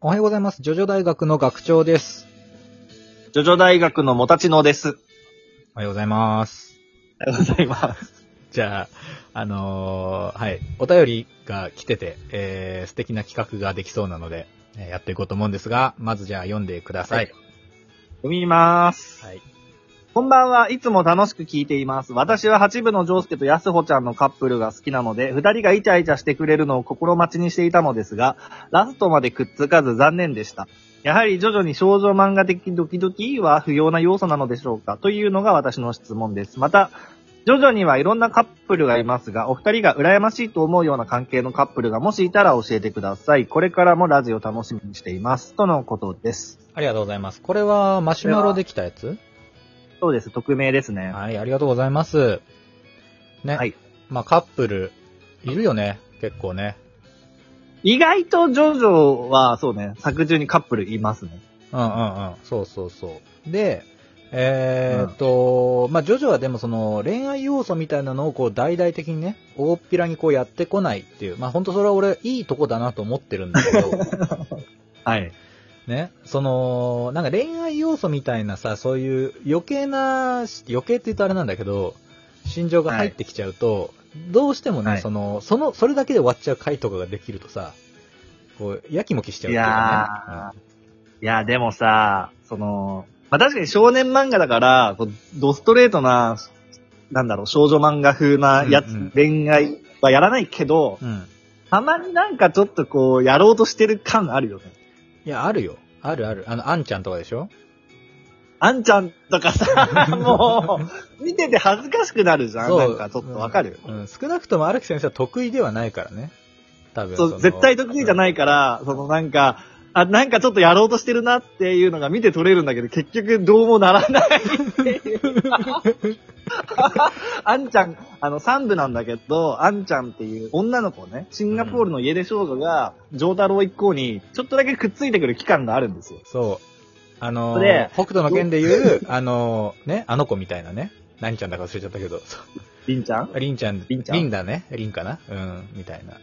おはようございます。ジョジョ大学の学長です。ジョジョ大学のもたちのです。おはようございます。ありがとうございます。じゃあ、あのーはい、お便りが来てて、えー、素敵な企画ができそうなので、えーやっていこうと思うんですが、まずじゃあ読んでください。読みます。はい。こんばんはいつも楽しく聞いています。私は八部のジョースケと安穂ちゃんのカップルが好きなので、二人がイチャイチャしてくれるのを心待ちにしていたのですが、ラストまでくっつかず残念でした。やはり徐々に少女漫画的ドキドキは不要な要素なのでしょうかというのが私の質問です。また、徐々にはいろんなカップルがいますが、お二人が羨ましいと思うような関係のカップルがもしいたら教えてください。これからもラジオ楽しみにしています。とのことです。ありがとうございます。これはマシュマロできたやつそうです。匿名ですね。はい、ありがとうございます。ね。はいまあ、カップル、いるよね。結構ね。意外とジョジョは、そうね、作中にカップルいますね。うんうんうん。そうそうそう。で、えーっと、まあ、ジョジョはでもその恋愛要素みたいなのをこう大々的にね、大っぴらにこうやってこないっていう、まあ、ほんとそれは俺いいとこだなと思ってるんだけ ど、はい。ね、その、なんか恋愛要素みたいなさ、そういう余計な、余計って言うとあれなんだけど、心情が入ってきちゃうと、どうしてもね、はいその、その、それだけで終わっちゃう回とかができるとさ、こう、やきもきしちゃうっていうかね。いや、でもさ、その、まあ、確かに少年漫画だから、こうドストレートな、なんだろう、少女漫画風なやつ、うんうん恋愛はやらないけど、うん。うんたまになんかちょっとこう、やろうとしてる感あるよね。いや、あるよ。あるある。あの、あんちゃんとかでしょあんちゃんと かさ、もう、見てて恥ずかしくなるじゃん。そうなんかちょっとわかる、うん、少なくとも荒木先生は得意ではないからね。多分。。そう、絶対得意じゃないいから、そのなんか、あ、なんかちょっとやろうとしてるなっていうのが見て取れるんだけど、結局どうもならないって いう。あんちゃん、あの、3部なんだけど、あんちゃんっていう女の子ね、シンガポールの家出少女が、ジョータロー一行に、ちょっとだけくっついてくる期間があるんですよ。そう。あのーで北斗の剣で言う、 あのーね、あの子みたいなね。何ちゃんだか忘れちゃったけど、そうりんちゃんリンちゃん、リンちゃんリンだね。リンかなうん、みたいな。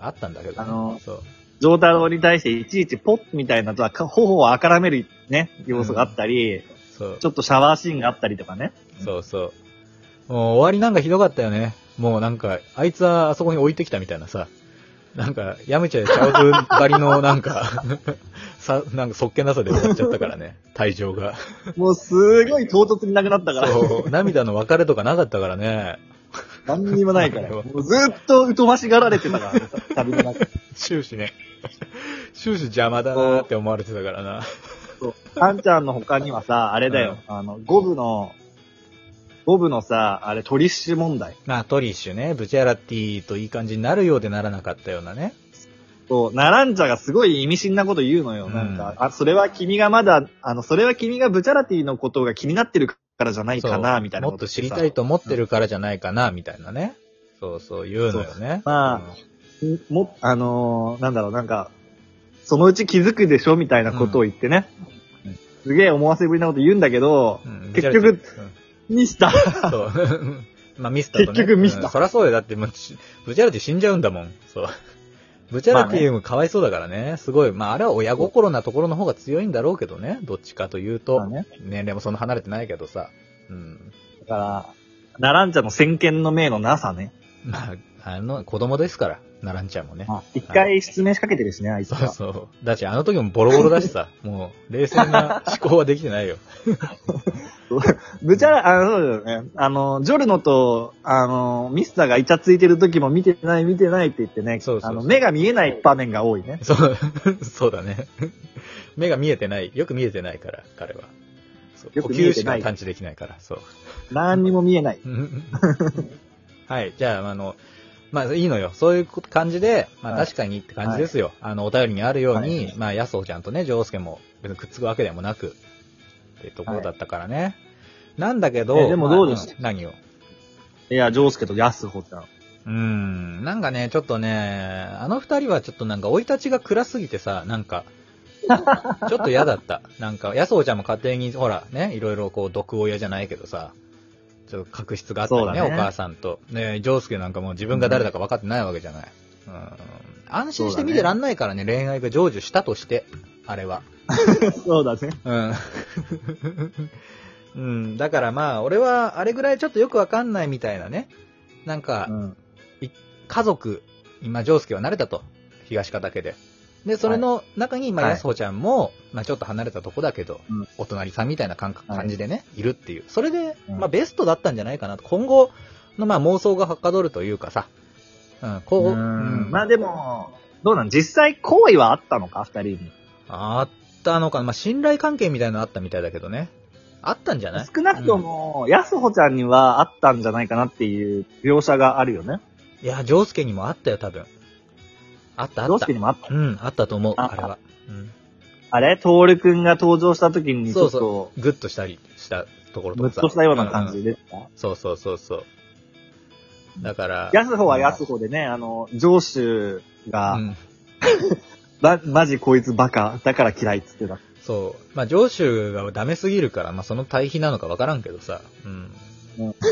あったんだけど、ね。あのーそう。ジョータローに対していちいちポッみたいなとは、か頬をあからめるね、要素があったり、そうち。ょっとシャワーシーンがあったりとかね。そうそう。もう終わりなんかひどかったよね。もうなんか、あいつはあそこに置いてきたみたいなさ。なんか、やめちゃえ、ちゃうぶばりのなんか、 さ、なんかそっけなさで終わっちゃったからね。退場が。もうすごい唐突になくなったから。そう、涙の別れとかなかったからね。何にもな いから。もうずーっと疎ましがられてたから、旅の中。終始ね。 終始邪魔だなって思われてたからな。そう。あんちゃんの他にはさ、あれだよ。あの、五部の、五部のさ、あれ、トリッシュ問題まあ、トリッシュね、ブチャラティといい感じになるようでならなかったようなね。と、ナランジャがすごい意味深なこと言うのよ。なんか、あ、それは君がまだ、あの、それは君がブチャラティのことが気になってるからじゃないかな、みたいなもこっとと言知てりさたいと思ってるからじゃないかな、みたいなね。そうそう、言うのよね。まあうんも、あのーなんだろう、なんか、そのうち気づくでしょみたいなことを言ってね。うんすげえ思わせぶりなこと言うんだけど、うん結局、ブチャラミスター。ティうんそう。 まあミスターとね。結局ミスターうんそりゃそうよ。だってもう、ちブチャラティ死んじゃうんだもん。そう。 ブチャラティもかわいそうだからね。すごい。まああれは親心なところの方が強いんだろうけどね。どっちかというと。まあね年齢もそんな離れてないけどさ。うん。だから、ナランジャの先見の明のなさね。まあ、あの、子供ですから。ナランちゃんもね。一回失明しかけてるしね、あいつそうは。 そう。だし、あの時もボロボロだしさ。もう、冷静な思考はできてないよ。ブチャラ、あの、そうだよね。あの、ジョルノと、あの、ミスターがイチャついてる時も見てない、見てないって言ってね。そうそうそうあの、目が見えない場面が多いね。そう、 そうだね。目が見えてない。よく見えてないから、彼は。そうよ呼く見えてな吸しいか探知できないから、そう。 何にも見えない。はい。じゃあ、あの、まあ、いいのよ。そういう感じで、まあ、はい確かにって感じですよ。あの、お便りにあるように、はまあ、やすおちゃんとね、ジョウスケも別にくっつくわけでもなく、ってところだったからね。なんだけど、えでもどうでしたまあん何をいや、ジョースケとヤスホちゃん。うーん。なんかね、ちょっとね、あの二人はちょっとなんか、生い立ちが暗すぎてさ、なんか、 ちょっと嫌だった。なんか、やすおちゃんも家庭に、ほら、ね、いろいろこう、毒親じゃないけどさ、ちょっと確執があったりね、そうだおね母さんと。ね、ジョースケなんかもう自分が誰だか分かってないわけじゃない。うん。安心して見てらんないからね、恋愛が成就したとして、あれは。そう だね。うん。 うん、だからまあ、俺は、あれぐらいちょっとよくわかんないみたいなね。なんか、ん。家族、今、ジョウスケは慣れたと。東方家で。で、それの中に、まあ、はいやすほちゃんも、まあ、ちょっと離れたとこだけど、うんお隣さんみたいな感覚はい感じでね、い、るっていう。それで、うんまあ、ベストだったんじゃないかなと。今後の、まあ、妄想がはかどるというかさ。うん、こう、うんまあでも、どうなん実際行為はあったのか二人に。あったのかな。まあ、信頼関係みたいなのあったみたいだけどね。あったんじゃない少なくとも、やすほちゃんにはあったんじゃないかなっていう描写があるよね。いや、ジョウスケにもあったよ、多分。あった、あどっうたして。にもあった。うん、あったと思う、ああれは。うん。あれトールくんが登場した時にちょっそと、グッとしたりしたところとムかッさ。としたような感んじんですかそうそうそうそう。だから。やすほはやすほでね、あの、上司が、うん。ま、マジこいつバカ、だから嫌いっつってた。そう。まあ、上州がダメすぎるから、まあ、その対比なのかわからんけどさ。うん。うん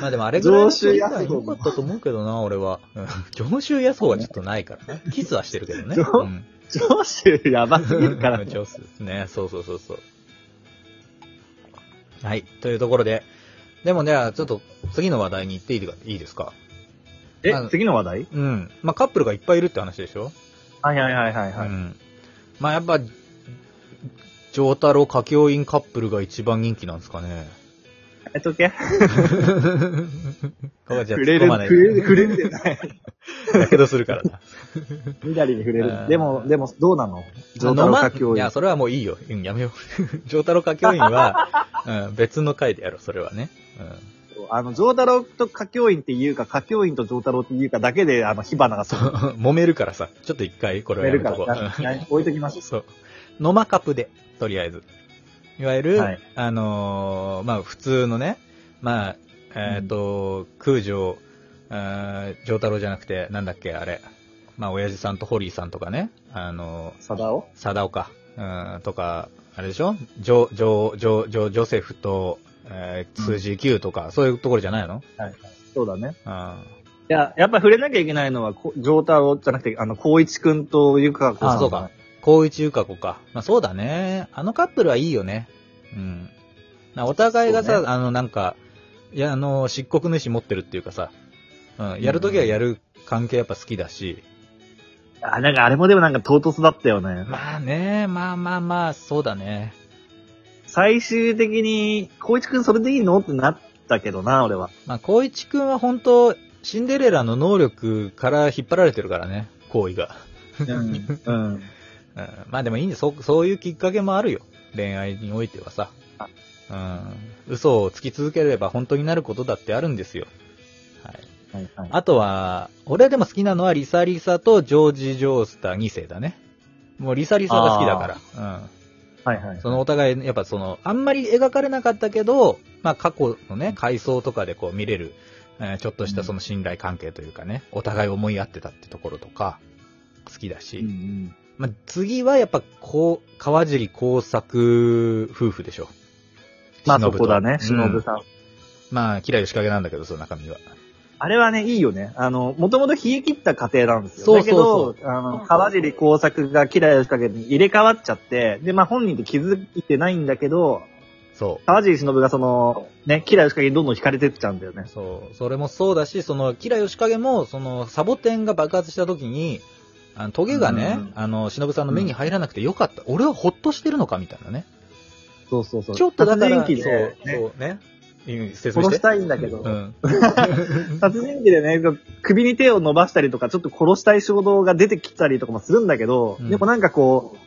まあでもあれぐらいの距離上感州安保良かったと思うけどな、俺は。うん上州安保はちょっとないからね。キスはしてるけどね。上うん上司やばすぎる から、ね。上手ですね。そうそうそうそう。はい。というところで。でもね、ちょっと次の話題に行っていいいいですかえあの、次の話題うん。まあカップルがいっぱいいるって話でしょはいはいはいはいはうい。ん。まあやっぱ、上太郎歌教員カップルが一番人気なんですかね。えっとけ。かわちゃん突触れっる、込まない触れる、触れるでない。やけどするからな。緑に触れうる。んでも、でも、どうなの上太郎まか教い員や、。それはもういいよ。うん、やめよう。 上太郎歌教員は、うん、別の回でやろう、それはね。うん。あの、上太郎と歌教員っていうか、歌教員と上太郎っていうかだけで、あの、火花がそ そう、揉めるからさ、ちょっと一回これうはれやめるかとこら、なう。な置いときましょそう。ノマカプで、とりあえず。いわゆる、はいあのーまあ普通のね、まあ、えっ、と、空城、あー丈太郎じゃなくて、なんだっけ、あれ。まあ親父さんとホリーさんとかね、あのう。さだおー、貞岡、うん、とか、あれでしょジョ、ジョ、ジョ、ジョ、ジョセフと、えー、数字9とか、そういうところじゃないのはい。そうだね。あいや、やっぱ触れなきゃいけないのは、こ上太郎じゃなくて、あの、光一くんとゆかこさん。あそうか。高一ゆか子か。まあそうだね。あのカップルはいいよね。うん。なお互いがそさ、うねあのなんか、いや、あの、漆黒の意思持ってるっていうかさ、うん、やるときはやる関係やっぱ好きだし、あ、なんかあれもでもなんか唐突だったよね。まあね、まあまあまあ、そうだね。最終的に、光一くんそれでいいのってなったけどな、俺は。まあ、高一くんは本当シンデレラの能力から引っ張られてるからね、行為が。うん。うん。うん、まあでもいいんで、そう、そういうきっかけもあるよ。恋愛においてはさ。うん。嘘をつき続ければ本当になることだってあるんですよ。はい。はいはい。あとは、俺でも好きなのはリサリサとジョージ・ジョースター2世だね。もうリサリサが好きだから。はいはういん。。そのお互い、やっぱその、あんまり描かれなかったけど、まあ過去のね、回想とかでこう見れる、えーちょっとしたその信頼関係というかね、お互い思い合ってたってところとか、好きだし。うんうん。まあ、次はやっぱ、こう、川尻工作夫婦でしょ。まあ忍そとこだね、しのぶうんさん。まあ、嫌い仕掛けなんだけど、その中身は。あれはね、いいよね。あの、もともと冷え切った過程なんですよ。そうそうだけど、あの、川尻工作がキラヨシカゲに入れ替わっちゃって、で、まあ本人って気づいてないんだけど、そ川尻忍がその、ね、キラヨシカゲにどんどん惹かれてっちゃうんだよねう。。そう。それもそうだし、その、嫌い吉影も、その、サボテンが爆発した時に、あの、トゲがね、うんあの、忍さんの目に入らなくてよかった。俺はほっとしてるのか、みたいなね。そうそうそうちょっとだから、殺人鬼で、そう、そうね。うん説明し殺て。したいんだけど、うん。 殺人鬼でね、首に手を伸ばしたりとか、ちょっと殺したい衝動が出てきたりとかもするんだけど、うんでもなんかこう、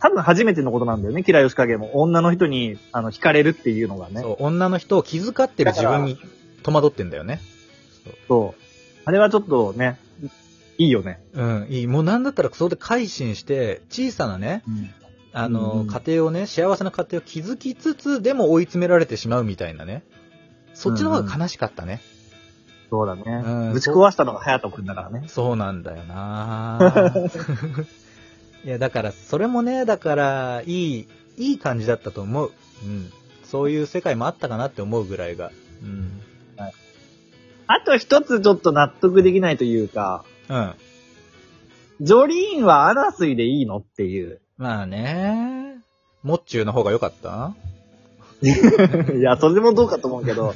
多分初めてのことなんだよね、キラヨシカゲも。女の人に、あの、惹かれるっていうのがね。そう、女の人を気遣ってる自分に戸惑ってんだよね。そうそう。あれはちょっとね、いいよね。うん、いい。もうなんだったら、そこで改心して、小さなね、あの、うん家庭をね、幸せな家庭を築きつつ、でも追い詰められてしまうみたいなね。そっちの方が悲しかったね。そうだねうん。ぶち壊したのが隼人くんだからね。そうなんだよな いや、だから、それもね、だから、いい、いい感じだったと思う。うん。そういう世界もあったかなって思うぐらいが。うん。あと一つちょっと納得できないというか、うん。ジョリーンはアナスイでいいのっ ていう。まあね。もっちゅうの方が良かったいや、それもどうかと思うけど、うん。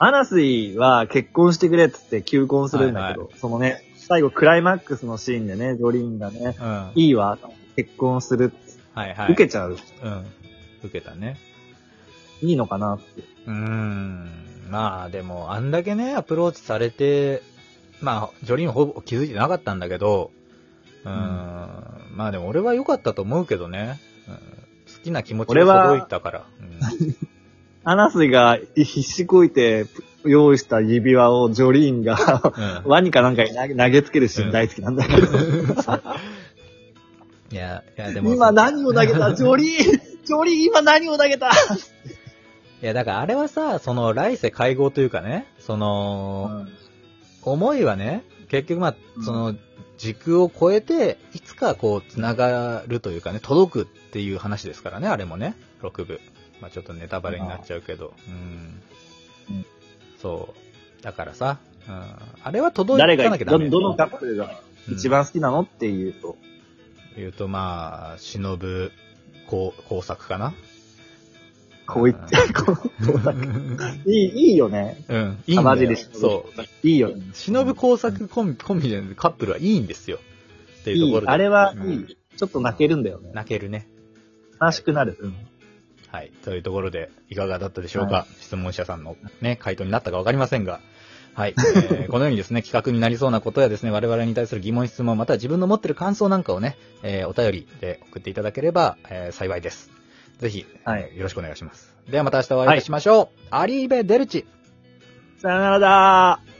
アナスイは結婚してくれっつって求婚するんだけど、そのね、最後クライマックスのシーンでね、ジョリーンがね、うん。はいいいわ、結婚する、いはい。受けちゃう。うん。受けたね。いいのかなって。うーん。まあでも、あんだけね、アプローチされて、まあ、ジョリーンほぼ気づいてなかったんだけど、うーん。まあでも俺は良かったと思うけどね。うん、好きな気持ち俺はが届いたから。うん、アナスイが必死こいて用意した指輪をジョリーン がうワニかなんかに投げ投げつけるシーン大好きなんだけど。ん。いや、いやでも。今何を投げ たジョリーンジョリーン今何を投げいたや、だからあれはさ、その、来世会合というかね、その、思いはね、結局まあう、んその、時空を超えて、いつかこう、繋がるというかね、届くっていう話ですからね、あれもね、6部。まあちょっとネタバレになっちゃうけど、うんうん。そう。だからさ、うん、あれは届誰いかながきゃダど、メ。どのカップルがうん一番好きなのっていうと。言うとまあ、忍ぶ、こう、工作かな。こう言って、こう、いい、いいよね。 うん、いいんだマジよ。でそう。いいよね。忍ぶ工作コンビ、コンビじゃないカップルはいいんですよ。っていうといころ。いで。あれはいい。うんちょっと泣けるんだよね。泣けるね。悲しくなる。うん。はい。というところで、いかがだったでしょうか、は質問者さんのね、回答になったかわかりませんが。はい、えー このようにですね、企画になりそうなことやですね、我々に対する疑問、質問、または自分の持ってる感想なんかをね、えーお便りで送っていただければ、えー幸いです。ぜひ、はいえーよろしくお願いします。ではまた明日お会いしましょう。アリーベ・デルチ。さよならだー。